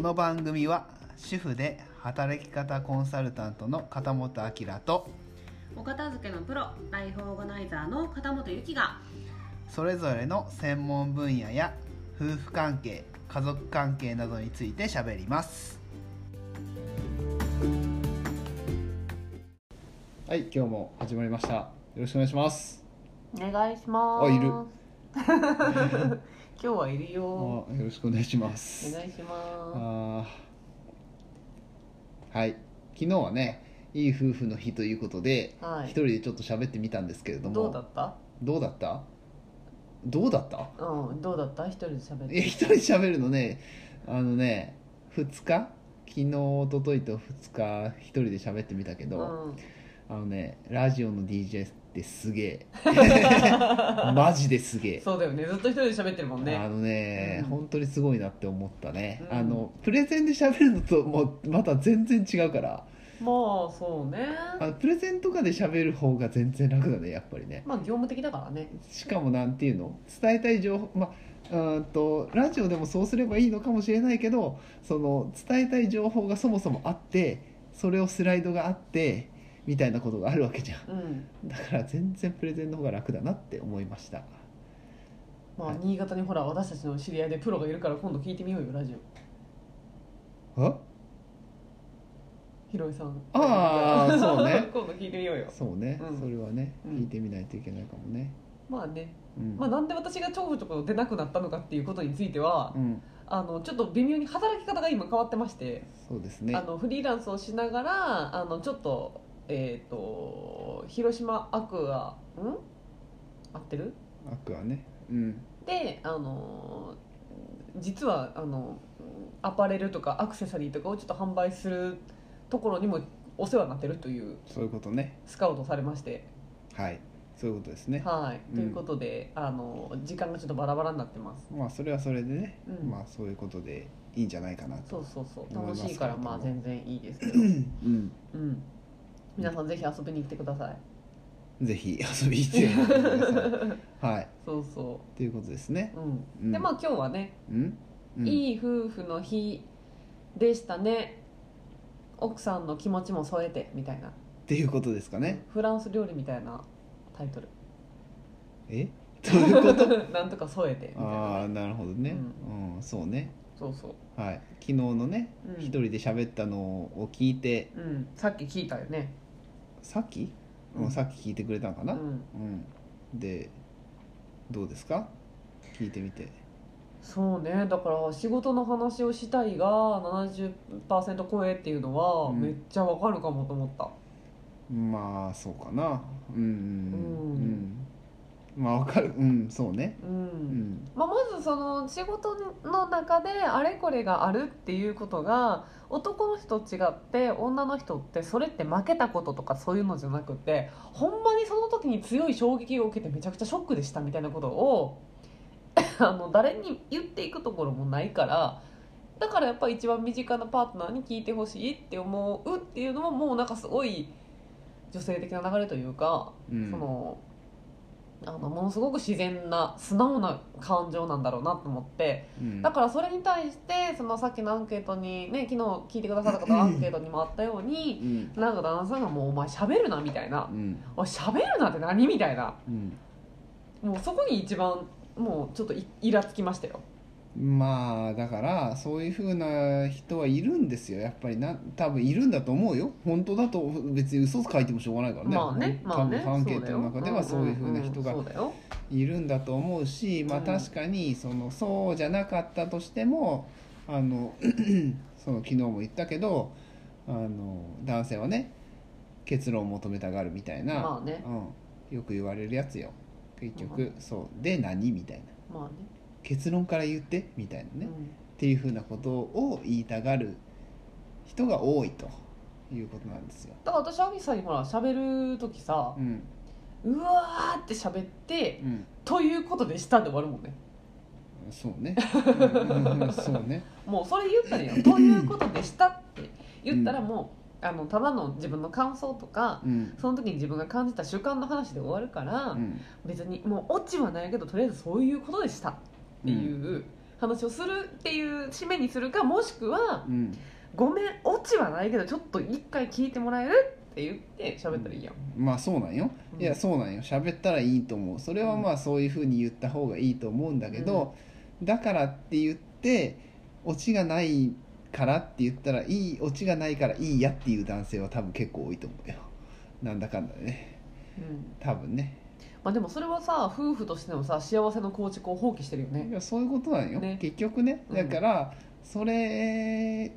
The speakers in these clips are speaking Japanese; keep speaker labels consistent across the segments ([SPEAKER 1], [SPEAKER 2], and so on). [SPEAKER 1] の番組は主婦で働き方コンサルタントの片本明と
[SPEAKER 2] お片付けのプロライフオーガナイザーの片本由紀が
[SPEAKER 1] それぞれの専門分野や夫婦関係家族関係などについてしゃべります
[SPEAKER 3] はい、今日も始まりました。よろしくお願いします。
[SPEAKER 4] お願いします。
[SPEAKER 3] あ いる
[SPEAKER 4] 今日はいる
[SPEAKER 3] あ
[SPEAKER 4] よ。
[SPEAKER 3] よろしくお願いしま
[SPEAKER 4] お
[SPEAKER 3] す。
[SPEAKER 4] 願いしま
[SPEAKER 3] あーはい、昨日はね、いい夫婦の日ということで、
[SPEAKER 4] す。は
[SPEAKER 3] 一
[SPEAKER 4] い。
[SPEAKER 3] 人でちょっと喋ってみたんですけれども、
[SPEAKER 4] どうだった？
[SPEAKER 3] どうだった？どうだった？
[SPEAKER 4] うん、どうだった？一人で喋っ
[SPEAKER 3] え、
[SPEAKER 4] て。
[SPEAKER 3] 一人で喋るのね、あのね、二日？昨日一昨日と二日一人で喋ってみたけ
[SPEAKER 4] う
[SPEAKER 3] ど、
[SPEAKER 4] ん。
[SPEAKER 3] あのね、ラジオの DJ ってす げえ。マジですげえ。
[SPEAKER 4] そうだよね。ずっと一人で喋ってるもん
[SPEAKER 3] あ
[SPEAKER 4] ね。
[SPEAKER 3] のね、
[SPEAKER 4] うん
[SPEAKER 3] 本当にすごいなって思ったね、
[SPEAKER 4] うん
[SPEAKER 3] あのプレゼンで喋るのともうまた全然違うから
[SPEAKER 4] まあそうね。
[SPEAKER 3] あのプレゼンとかで喋る方が全然楽だねやっぱりね
[SPEAKER 4] まあ業務的だからね。
[SPEAKER 3] しかもなんていうの伝えたい情報まあうーんとラジオでもそうすればいいのかもしれないけどその伝えたい情報がそもそもあってそれをスライドがあってみたいなことがあるわけじゃん
[SPEAKER 4] うん。
[SPEAKER 3] だから全然プレゼンの方が楽だなって思いました
[SPEAKER 4] ま
[SPEAKER 3] は
[SPEAKER 4] あ
[SPEAKER 3] い
[SPEAKER 4] 新潟にほら私たちの知り合いでプロがいるから今度聞いてみようよラジオ。
[SPEAKER 3] あ
[SPEAKER 4] ひろいさん。
[SPEAKER 3] あ ーそうね
[SPEAKER 4] 今度聞いてみようよ。
[SPEAKER 3] そうね、
[SPEAKER 4] うん
[SPEAKER 3] それはね
[SPEAKER 4] うん
[SPEAKER 3] 聞いてみないといけないかもね、
[SPEAKER 4] まあね。
[SPEAKER 3] うん
[SPEAKER 4] まあなんで私がちょこちょこ出なくなったのかっていうことについては、
[SPEAKER 3] うん、
[SPEAKER 4] あのちょっと微妙に働き方が今変わってまして。
[SPEAKER 3] そうですね
[SPEAKER 4] あのフリーランスをしながらあのちょっと,、えー、と広島アクアん合ってる
[SPEAKER 3] アクアねうん
[SPEAKER 4] であの実はあのアパレルとかアクセサリーとかをちょっと販売するところにもお世話になってるという
[SPEAKER 3] そういうことね
[SPEAKER 4] スカウトされまして、
[SPEAKER 3] はいそういうことですね
[SPEAKER 4] はい、
[SPEAKER 3] う
[SPEAKER 4] と
[SPEAKER 3] ん
[SPEAKER 4] いうことであの時間がちょっとバラバラになってます、
[SPEAKER 3] まあそれはそれでね、
[SPEAKER 4] うん
[SPEAKER 3] まあそういうことでいいんじゃないかなと
[SPEAKER 4] そうそうそう
[SPEAKER 3] 思いま
[SPEAKER 4] 楽
[SPEAKER 3] す
[SPEAKER 4] しいからまあ
[SPEAKER 3] けれど
[SPEAKER 4] 全然いいですけど、
[SPEAKER 3] うん
[SPEAKER 4] うん、皆さんぜひ遊びに来てください
[SPEAKER 3] ぜひ遊びに行ってみてくださいはい
[SPEAKER 4] そうそ
[SPEAKER 3] ということですね
[SPEAKER 4] う、うん
[SPEAKER 3] うん
[SPEAKER 4] でまあ今日はね
[SPEAKER 3] うん、うん、い
[SPEAKER 4] いい夫婦の日でしたね奥さんの気持ちも添えてみたいな
[SPEAKER 3] っていうことですかね
[SPEAKER 4] フランス料理みたいなタイトル
[SPEAKER 3] えどういうこと
[SPEAKER 4] なんとか添えてみたい
[SPEAKER 3] ああ
[SPEAKER 4] な
[SPEAKER 3] なるほどねうん、そうね
[SPEAKER 4] そうそう、
[SPEAKER 3] はい昨日のね
[SPEAKER 4] うん
[SPEAKER 3] 一、人で喋ったのを聞いて
[SPEAKER 4] うん、さっき聞いたよね
[SPEAKER 3] さっき、
[SPEAKER 4] うん
[SPEAKER 3] うん、さっき聞いてくれたのか
[SPEAKER 4] う
[SPEAKER 3] な、
[SPEAKER 4] ん
[SPEAKER 3] うん、でどうですか聞いてみて
[SPEAKER 4] そうねだから仕事の話をしたいが70%超えっていうのは
[SPEAKER 3] うん
[SPEAKER 4] めっちゃわかるかもと思った、
[SPEAKER 3] まあそうかなうんうん
[SPEAKER 4] ん、
[SPEAKER 3] うん、まあわかるうんそうね
[SPEAKER 4] う
[SPEAKER 3] うんん
[SPEAKER 4] まあ、まずその仕事の中であれこれがあるっていうことが男の人と違って女の人ってそれって負けたこととかそういうのじゃなくてほんまにその時に強い衝撃を受けてめちゃくちゃショックでしたみたいなことを あの誰に言っていくところもないからだからやっぱり一番身近なパートナーに聞いてほしいって思うっていうのももうなんかすごい女性的な流れというか
[SPEAKER 3] うん
[SPEAKER 4] そのあのものすごく自然な素直な感情なんだろうなと思って
[SPEAKER 3] うん
[SPEAKER 4] だからそれに対してそのさっきのアンケートにね昨日聞いてくださった方のアンケートにもあったように
[SPEAKER 3] うん
[SPEAKER 4] なんか旦那さんが「もうお前喋るな」みたいな
[SPEAKER 3] うん
[SPEAKER 4] 「おい喋るなって何?」みたいな
[SPEAKER 3] う
[SPEAKER 4] もうそこに一番もうちょっとイイラつきましたよ。
[SPEAKER 3] んまあだからそういうふうな人はいるんですよやっぱりな多分いるんだと思うよ本当だと別に嘘書いてもしょうがないからね,、
[SPEAKER 4] まあね、まあね、
[SPEAKER 3] 多分アンケートの中ではそういうふうな人が
[SPEAKER 4] そうだよ
[SPEAKER 3] いるんだと思うし、まあ、
[SPEAKER 4] うん
[SPEAKER 3] 確かにそのそうじゃなかったとしてもあの その昨日も言ったけどあの男性はね結論を求めたがるみたいな、
[SPEAKER 4] まあね、
[SPEAKER 3] うん、よく言われるやつよ結局、そうで何みたいな
[SPEAKER 4] まあね、
[SPEAKER 3] 結論から言ってみたいな
[SPEAKER 4] う
[SPEAKER 3] ね、っ
[SPEAKER 4] ん
[SPEAKER 3] ていうふうなことを言いたがる人が多いということなんですよ。
[SPEAKER 4] だから私アミさんにほら喋る時さ
[SPEAKER 3] う、ん
[SPEAKER 4] うわーって喋って
[SPEAKER 3] うん、
[SPEAKER 4] ということでしたで終わるもんね
[SPEAKER 3] そう ね、うんうんそうね
[SPEAKER 4] もうそれ言ったらいいよということでしたって言ったらもう、あのただの自分の感想とか
[SPEAKER 3] うん
[SPEAKER 4] その時に自分が感じた主観の話で終わるから、
[SPEAKER 3] うん
[SPEAKER 4] 別にもうオチはないけどとりあえずそういうことでしたっていう、話をするっていう締めにするかもしくは
[SPEAKER 3] うん
[SPEAKER 4] 「ごめんオチはないけどちょっと一回聞いてもらえる?」って言って喋ったらいいやん、
[SPEAKER 3] まあそうなんよ
[SPEAKER 4] うん
[SPEAKER 3] いやそうなんよ喋ったらいいと思うそれはまあそういうふうに言った方がいいと思うんだけど、だからって言ってオチがないからって言ったらいいオチがないからいいやっていう男性は多分結構多いと思うよなんだかんだでね
[SPEAKER 4] うん
[SPEAKER 3] 多分ね
[SPEAKER 4] まあ、でもそれはさ夫婦としてのさ幸せの構築を放棄してるよね
[SPEAKER 3] いやそういうことなんよ、
[SPEAKER 4] ね
[SPEAKER 3] 結局ね
[SPEAKER 4] うん
[SPEAKER 3] だからそれ、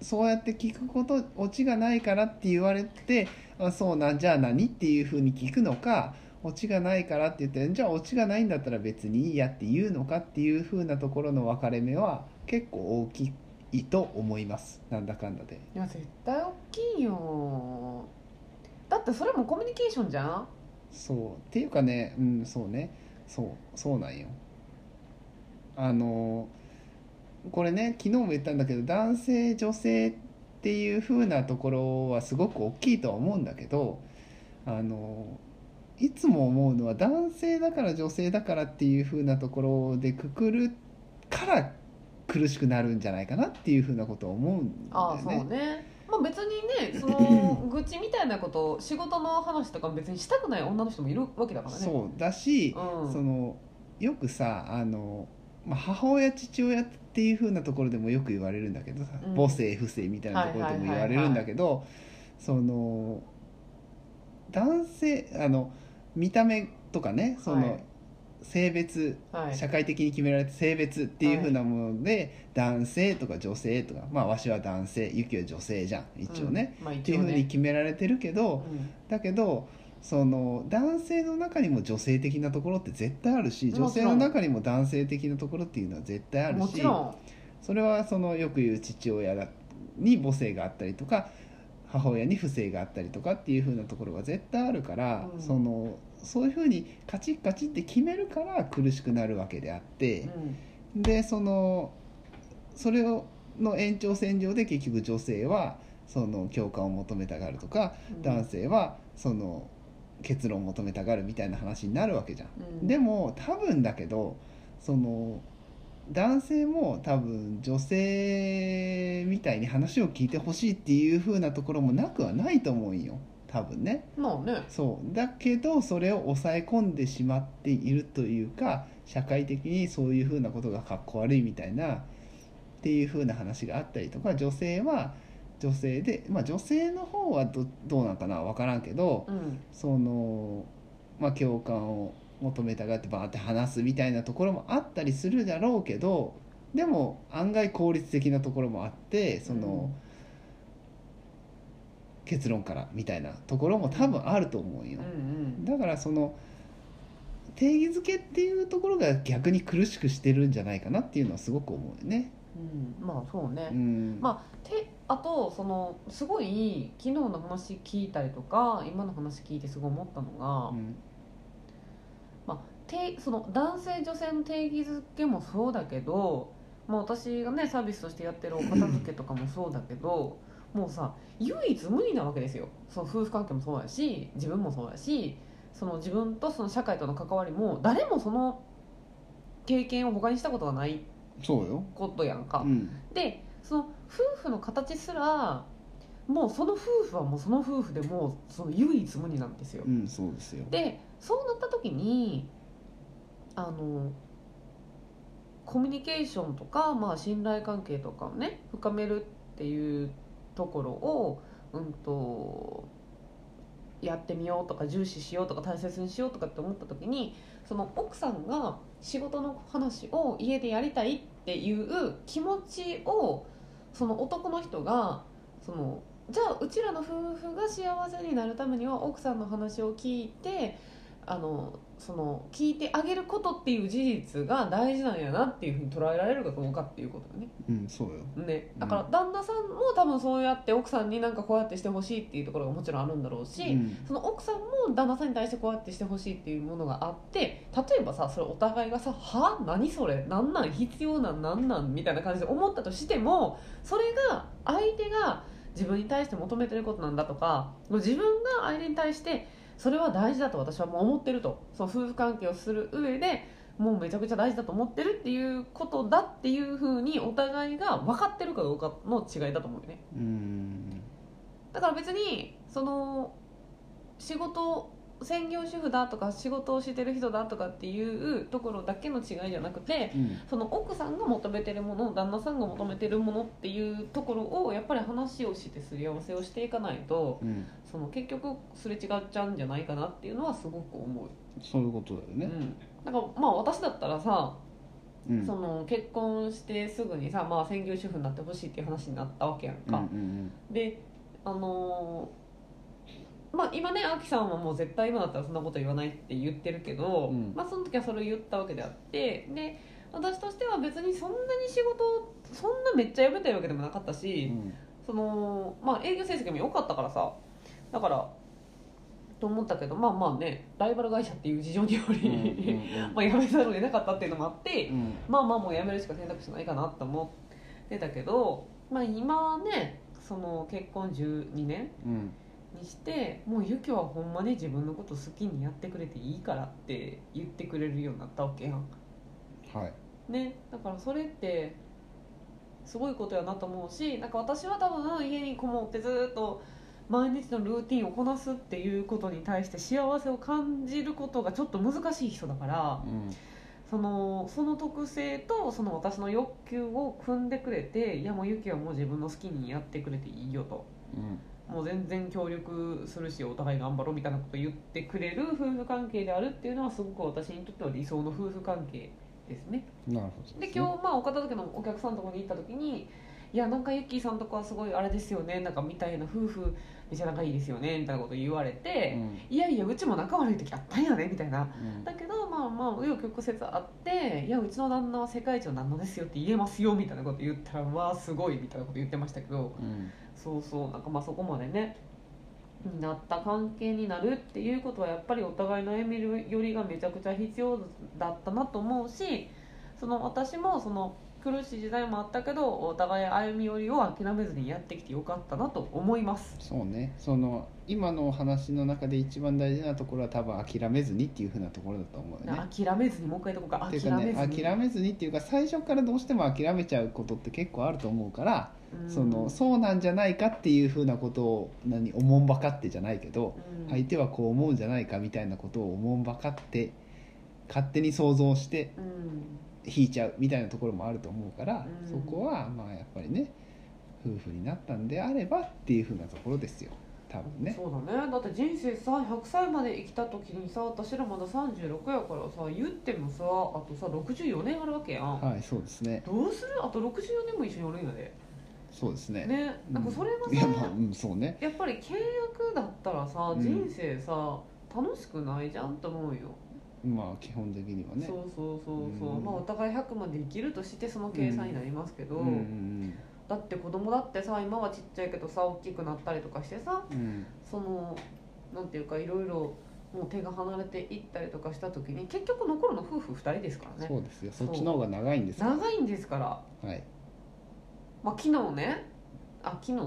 [SPEAKER 3] そうやって聞くことオチがないからって言われてあそうなんじゃあ何っていうふうに聞くのかオチがないからって言ってじゃあオチがないんだったら別にいいやって言うのかっていうふうなところの分かれ目は結構大きいと思いますなんだかんだで
[SPEAKER 4] いや絶対大きいよだってそれもコミュニケーションじゃん
[SPEAKER 3] そうっていうかねうんそうねそうそうなんよあのこれね昨日も言ったんだけど男性女性っていう風なところはすごく大きいとは思うんだけどあのいつも思うのは男性だから女性だからっていう風なところでくくるから苦しくなるんじゃないかなっていう風なことを思うんだよ
[SPEAKER 4] ああ
[SPEAKER 3] ね。
[SPEAKER 4] そうねまあ別にね その愚痴みたいなこと仕事の話とかも別にしたくない女の人もいるわけだからね
[SPEAKER 3] そうだし、
[SPEAKER 4] うん
[SPEAKER 3] そのよくさあの、まあ、母親父親っていう風なところでもよく言われるんだけどさ、
[SPEAKER 4] うん
[SPEAKER 3] 母性不性みたいなところでも言われるんだけど、その男性あの見た目とかねその、
[SPEAKER 4] はい
[SPEAKER 3] 性別
[SPEAKER 4] はい
[SPEAKER 3] 社会的に決められた性別っていう風なもので、男性とか女性とかまあわしは男性ゆきは女性じゃん一応ね、、
[SPEAKER 4] うんまあ
[SPEAKER 3] って
[SPEAKER 4] 一
[SPEAKER 3] いう
[SPEAKER 4] 応
[SPEAKER 3] 風に
[SPEAKER 4] ね
[SPEAKER 3] 決められてるけど、だけどその男性の中にも女性的なところって絶対あるし
[SPEAKER 4] もちろん
[SPEAKER 3] 女性の中にも男性的なところっていうのは絶対あ
[SPEAKER 4] うん
[SPEAKER 3] る
[SPEAKER 4] も
[SPEAKER 3] し
[SPEAKER 4] ちろん
[SPEAKER 3] それはそのよく言う父親だに母性があったりとか母親に不正があったりとかっていう風なところが絶対あるから、
[SPEAKER 4] うん
[SPEAKER 3] そのそういう風にカチッカチッって決めるから苦しくなるわけであって。
[SPEAKER 4] うん
[SPEAKER 3] でそのそれをの延長線上で結局女性はその共感を求めたがるとか、
[SPEAKER 4] うん
[SPEAKER 3] 男性はその結論を求めたがるみたいな話になるわけじゃん。
[SPEAKER 4] うん
[SPEAKER 3] でも多分だけどその男性も多分女性みたいに話を聞いてほしいっていう風なところもなくはないと思うんよ多分ね。
[SPEAKER 4] まあね
[SPEAKER 3] そうだけどそれを抑え込んでしまっているというか社会的にそういうふうなことがかっこ悪いみたいなっていうふうな話があったりとか女性は女性で、まあ、女性の方はどどうなんかな分からんけど
[SPEAKER 4] うん
[SPEAKER 3] その、まあ、共感を求めたがってバーって話すみたいなところもあったりするだろうけどでも案外効率的なところもあってその。
[SPEAKER 4] うん
[SPEAKER 3] 結論からみたいなところも多分あると思うよ、
[SPEAKER 4] うん
[SPEAKER 3] だからその定義づけっていうところが逆に苦しくしてるんじゃないかなっていうのはすごく思うよね。
[SPEAKER 4] うんうんまあそうね
[SPEAKER 3] うん、
[SPEAKER 4] まてあとそのすごい昨日の話聞いたりとか今の話聞いてすごい思ったのが、
[SPEAKER 3] うん
[SPEAKER 4] てその男性女性の定義づけもそうだけど、まあ、私がねサービスとしてやってるお片付けとかもそうだけどもうさ唯一無二なわけですよその夫婦関係もそうやし自分もそうやしその自分とその社会との関わりも誰もその経験を他にしたことがない
[SPEAKER 3] そうよ、
[SPEAKER 4] ことやんか
[SPEAKER 3] う、ん
[SPEAKER 4] でその夫婦の形すらもうその夫婦はもうその夫婦でもうその唯一無二なんですよ
[SPEAKER 3] うん、そうですよ。
[SPEAKER 4] でそうなった時にあのコミュニケーションとか、まあ、信頼関係とかをね深めるっていうところを、うん、とやってみようとか重視しようとか大切にしようとかって思った時にその奥さんが仕事の話を家でやりたいっていう気持ちをその男の人がそのじゃあうちらの夫婦が幸せになるためには奥さんの話を聞いてあのその聞いてあげることっていう事実が大事なんやなっていうふうに捉えられるかどうかっていうことだね
[SPEAKER 3] うん、そうよ。
[SPEAKER 4] ね
[SPEAKER 3] うん
[SPEAKER 4] だから旦那さんも多分そうやって奥さんになんかこうやってしてほしいっていうところがもちろんあるんだろうし、
[SPEAKER 3] うん、
[SPEAKER 4] その奥さんも旦那さんに対してこうやってしてほしいっていうものがあって例えばさそれお互いがさ「は何それ何なん必要なん何なん」みたいな感じで思ったとしてもそれが相手が自分に対して求めてることなんだとか自分が相手に対してそれは大事だと私はもう思ってるとその夫婦関係をする上でもうめちゃくちゃ大事だと思ってるっていうことだっていうふうにお互いが分かってるかどうかの違いだと思うよね
[SPEAKER 3] うん
[SPEAKER 4] だから別にその仕事専業主婦だとか仕事をしてる人だとかっていうところだけの違いじゃなくて
[SPEAKER 3] うん
[SPEAKER 4] その奥さんが求めてるもの旦那さんが求めてるものっていうところをやっぱり話をしてすり合わせをしていかないと
[SPEAKER 3] うん
[SPEAKER 4] その結局すれ違っちゃうんじゃないかなっていうのはすごく思
[SPEAKER 3] そういうことだよ
[SPEAKER 4] う、
[SPEAKER 3] ね、
[SPEAKER 4] うん、なんかまあ私だったらさ
[SPEAKER 3] うん
[SPEAKER 4] その結婚してすぐにさ、まあ、専業主婦になってほしいっていう話になったわけやんか、
[SPEAKER 3] うんうん
[SPEAKER 4] であのーまあ今ねアキさんはもう絶対今だったらそんなこと言わないって言ってるけど、
[SPEAKER 3] うん
[SPEAKER 4] まあその時はそれを言ったわけであってで私としては別にそんなに仕事をそんなめっちゃ辞めたいわけでもなかった
[SPEAKER 3] う
[SPEAKER 4] し、
[SPEAKER 3] ん
[SPEAKER 4] そのまあ営業成績も良かったからさだからと思ったけどまあまあねライバル会社っていう事情により、 まあ辞めざるを得なかったっていうのもあって、
[SPEAKER 3] うん
[SPEAKER 4] まあまあもうやめるしか選択肢ないかなと思ってたけど、まあ、今はねその結婚12年
[SPEAKER 3] うん
[SPEAKER 4] にしてもうユキはほんまに自分のこと好きにやってくれていいからって言ってくれるようになったわけやん
[SPEAKER 3] はい
[SPEAKER 4] ねだからそれってすごいことやなと思うしなんか私は多分家にこもってずっと毎日のルーティンをこなすっていうことに対して幸せを感じることがちょっと難しい人だから
[SPEAKER 3] うん
[SPEAKER 4] そのその特性とその私の欲求を組んでくれていやもうユキはもう自分の好きにやってくれていいよと
[SPEAKER 3] うん
[SPEAKER 4] もう全然協力するしお互い頑張ろうみたいなこと言ってくれる夫婦関係であるっていうのはすごく私にとっては理想の夫婦関係ですね
[SPEAKER 3] なるほど
[SPEAKER 4] で今日まあお片付けのお客さんのところに行った時に「いやなんかユッキーさんとかはすごいあれですよねなんかみたいな夫婦めちゃ仲いいですよね」みたいなこと言われ
[SPEAKER 3] う
[SPEAKER 4] て
[SPEAKER 3] ん
[SPEAKER 4] 「いやいやうちも仲悪い時あったんやね」みたいな
[SPEAKER 3] うん
[SPEAKER 4] だけどまあまあ紆余曲折あって「いやうちの旦那は世界一の旦那ですよ」って言えますよみたいなこと言ったら「わあすごい」みたいなこと言ってましたけど
[SPEAKER 3] うん
[SPEAKER 4] そうそうなんかまあそこまでねになった関係になるっていうことはやっぱりお互いの歩み寄りがめちゃくちゃ必要だったなと思うしその私もその苦しい時代もあったけどお互い歩み寄りを諦めずにやってきてよかったなと思います
[SPEAKER 3] そうねその今のお話の中で一番大事なところは多分諦めずにっていうふうなところだと思うよね。
[SPEAKER 4] 諦めずにもう一回言っとこうか
[SPEAKER 3] っ
[SPEAKER 4] 諦
[SPEAKER 3] て
[SPEAKER 4] め
[SPEAKER 3] いう
[SPEAKER 4] ず
[SPEAKER 3] か
[SPEAKER 4] に、
[SPEAKER 3] ね諦めずにっていうか最初からどうしても諦めちゃうことって結構あると思うから、
[SPEAKER 4] うん
[SPEAKER 3] そのそうなんじゃないかっていうふうなことを何おもんばかってじゃないけど、
[SPEAKER 4] うん
[SPEAKER 3] 相手はこう思うんじゃないかみたいなことをおもんばかって勝手に想像して
[SPEAKER 4] うん
[SPEAKER 3] 引いちゃうみたいなところもあると思うから、
[SPEAKER 4] うん
[SPEAKER 3] そこはまあやっぱりね夫婦になったんであればっていうふうなところですよ多分ね。
[SPEAKER 4] そうだねだって人生さ100歳まで生きた時にさ私らまだ36やからさ言ってもさあとさ64年あるわけやん、
[SPEAKER 3] はいそうですね
[SPEAKER 4] どうするあと64年も一緒におるんやで
[SPEAKER 3] そうですね。
[SPEAKER 4] ね
[SPEAKER 3] うん
[SPEAKER 4] なんかそれが
[SPEAKER 3] い
[SPEAKER 4] さ、
[SPEAKER 3] やまあうんそうね。
[SPEAKER 4] やっぱり契約だったらさ
[SPEAKER 3] うん
[SPEAKER 4] 人生さ、楽しくないじゃんと思うよ、
[SPEAKER 3] まあ基本的にはね。
[SPEAKER 4] そうそうそうそう、
[SPEAKER 3] うん
[SPEAKER 4] まあお互い100まで生きるとしてその計算になりますけど、
[SPEAKER 3] うん
[SPEAKER 4] だって子供だってさ今はちっちゃいけどさ大きくなったりとかしてさ
[SPEAKER 3] うんうん
[SPEAKER 4] そのなんていうかいろいろもう手が離れていったりとかした時に結局残るの夫婦2人ですか
[SPEAKER 3] うん
[SPEAKER 4] らね
[SPEAKER 3] そうですよ。そっちの方が長いんですよ。
[SPEAKER 4] 長いんですから、
[SPEAKER 3] はい。
[SPEAKER 4] まあ、昨日ねあ昨日あ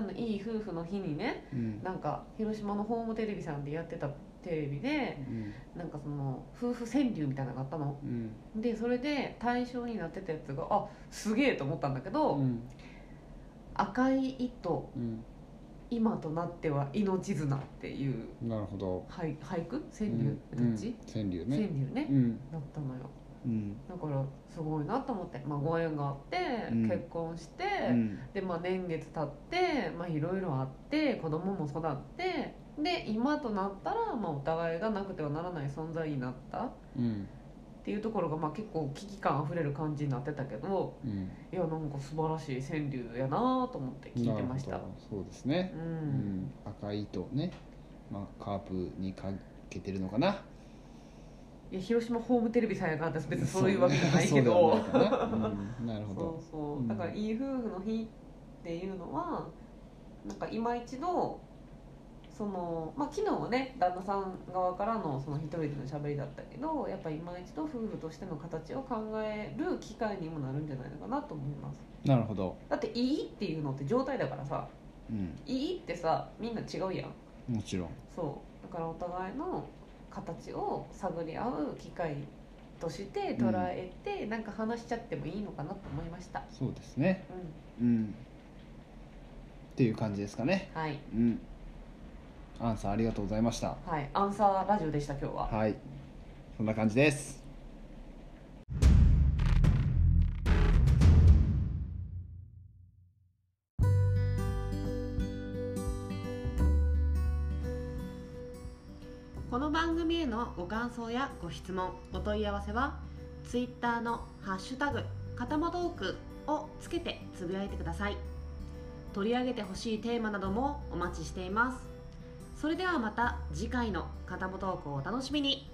[SPEAKER 4] のいい夫婦の日にね
[SPEAKER 3] うん
[SPEAKER 4] なんか広島のホームテレビさんでやってたテレビで
[SPEAKER 3] うん
[SPEAKER 4] なんかその夫婦川柳みたいなのがあったの
[SPEAKER 3] うん
[SPEAKER 4] でそれで対象になってたやつがあすげえと思ったんだけど、
[SPEAKER 3] うん
[SPEAKER 4] 赤い糸
[SPEAKER 3] うん
[SPEAKER 4] 今となっては命綱っていう
[SPEAKER 3] なるほど。
[SPEAKER 4] 俳俳句川
[SPEAKER 3] う
[SPEAKER 4] 柳
[SPEAKER 3] ん、
[SPEAKER 4] どっち、
[SPEAKER 3] うん川柳
[SPEAKER 4] 川
[SPEAKER 3] ね。
[SPEAKER 4] 柳ね
[SPEAKER 3] う、ん
[SPEAKER 4] だったのよ
[SPEAKER 3] うん
[SPEAKER 4] だからすごいなと思って、まあ、ご縁があって、
[SPEAKER 3] うん
[SPEAKER 4] 結婚して、
[SPEAKER 3] うん
[SPEAKER 4] で、まあ、年月経ってまあいろいろあって子供も育ってで今となったら、まあ、お互いがなくてはならない存在になったっ
[SPEAKER 3] うん
[SPEAKER 4] ていうところが、まあ、結構危機感あふれる感じになってたけど
[SPEAKER 3] うん。
[SPEAKER 4] いやなんか素晴らしい川柳やなと思って聞いてました
[SPEAKER 3] なるほどそうですね
[SPEAKER 4] う。、
[SPEAKER 3] うんん赤い糸ね。まあカープにかけてるのかな。
[SPEAKER 4] いや広島ホームテレビさんやから私別にそういうわけじゃないけど。
[SPEAKER 3] そうではないかなうんなるほど。
[SPEAKER 4] そうそう、
[SPEAKER 3] うん
[SPEAKER 4] だからいい夫婦の日っていうのはなんか今一度そのまあ昨日はね旦那さん側からのその一人での喋りだったけどやっぱ今一度夫婦としての形を考える機会にもなるんじゃないのかなと思います
[SPEAKER 3] なるほど。
[SPEAKER 4] だっていいっていうのって状態だからさ
[SPEAKER 3] うん
[SPEAKER 4] いいってさみんな違うやん
[SPEAKER 3] もちろん。
[SPEAKER 4] そうだからお互いの形を探り合う機会として捉えて、なんか話しちゃってもいいのかなと思いました、
[SPEAKER 3] そうですね
[SPEAKER 4] う
[SPEAKER 1] うん
[SPEAKER 3] っていう感じですかね
[SPEAKER 4] ん、はい
[SPEAKER 3] うんアンさんありがとうございました
[SPEAKER 4] はいアンサーラジオでした今日は
[SPEAKER 3] はいそんな感じです
[SPEAKER 2] この番組へのご感想やご質問お問い合わせは Twitter の「ハッシュタグかたまトーク」をつけてつぶやいてください取り上げてほしいテーマなどもお待ちしていますそれではまた次回の「かたまトーク」をお楽しみに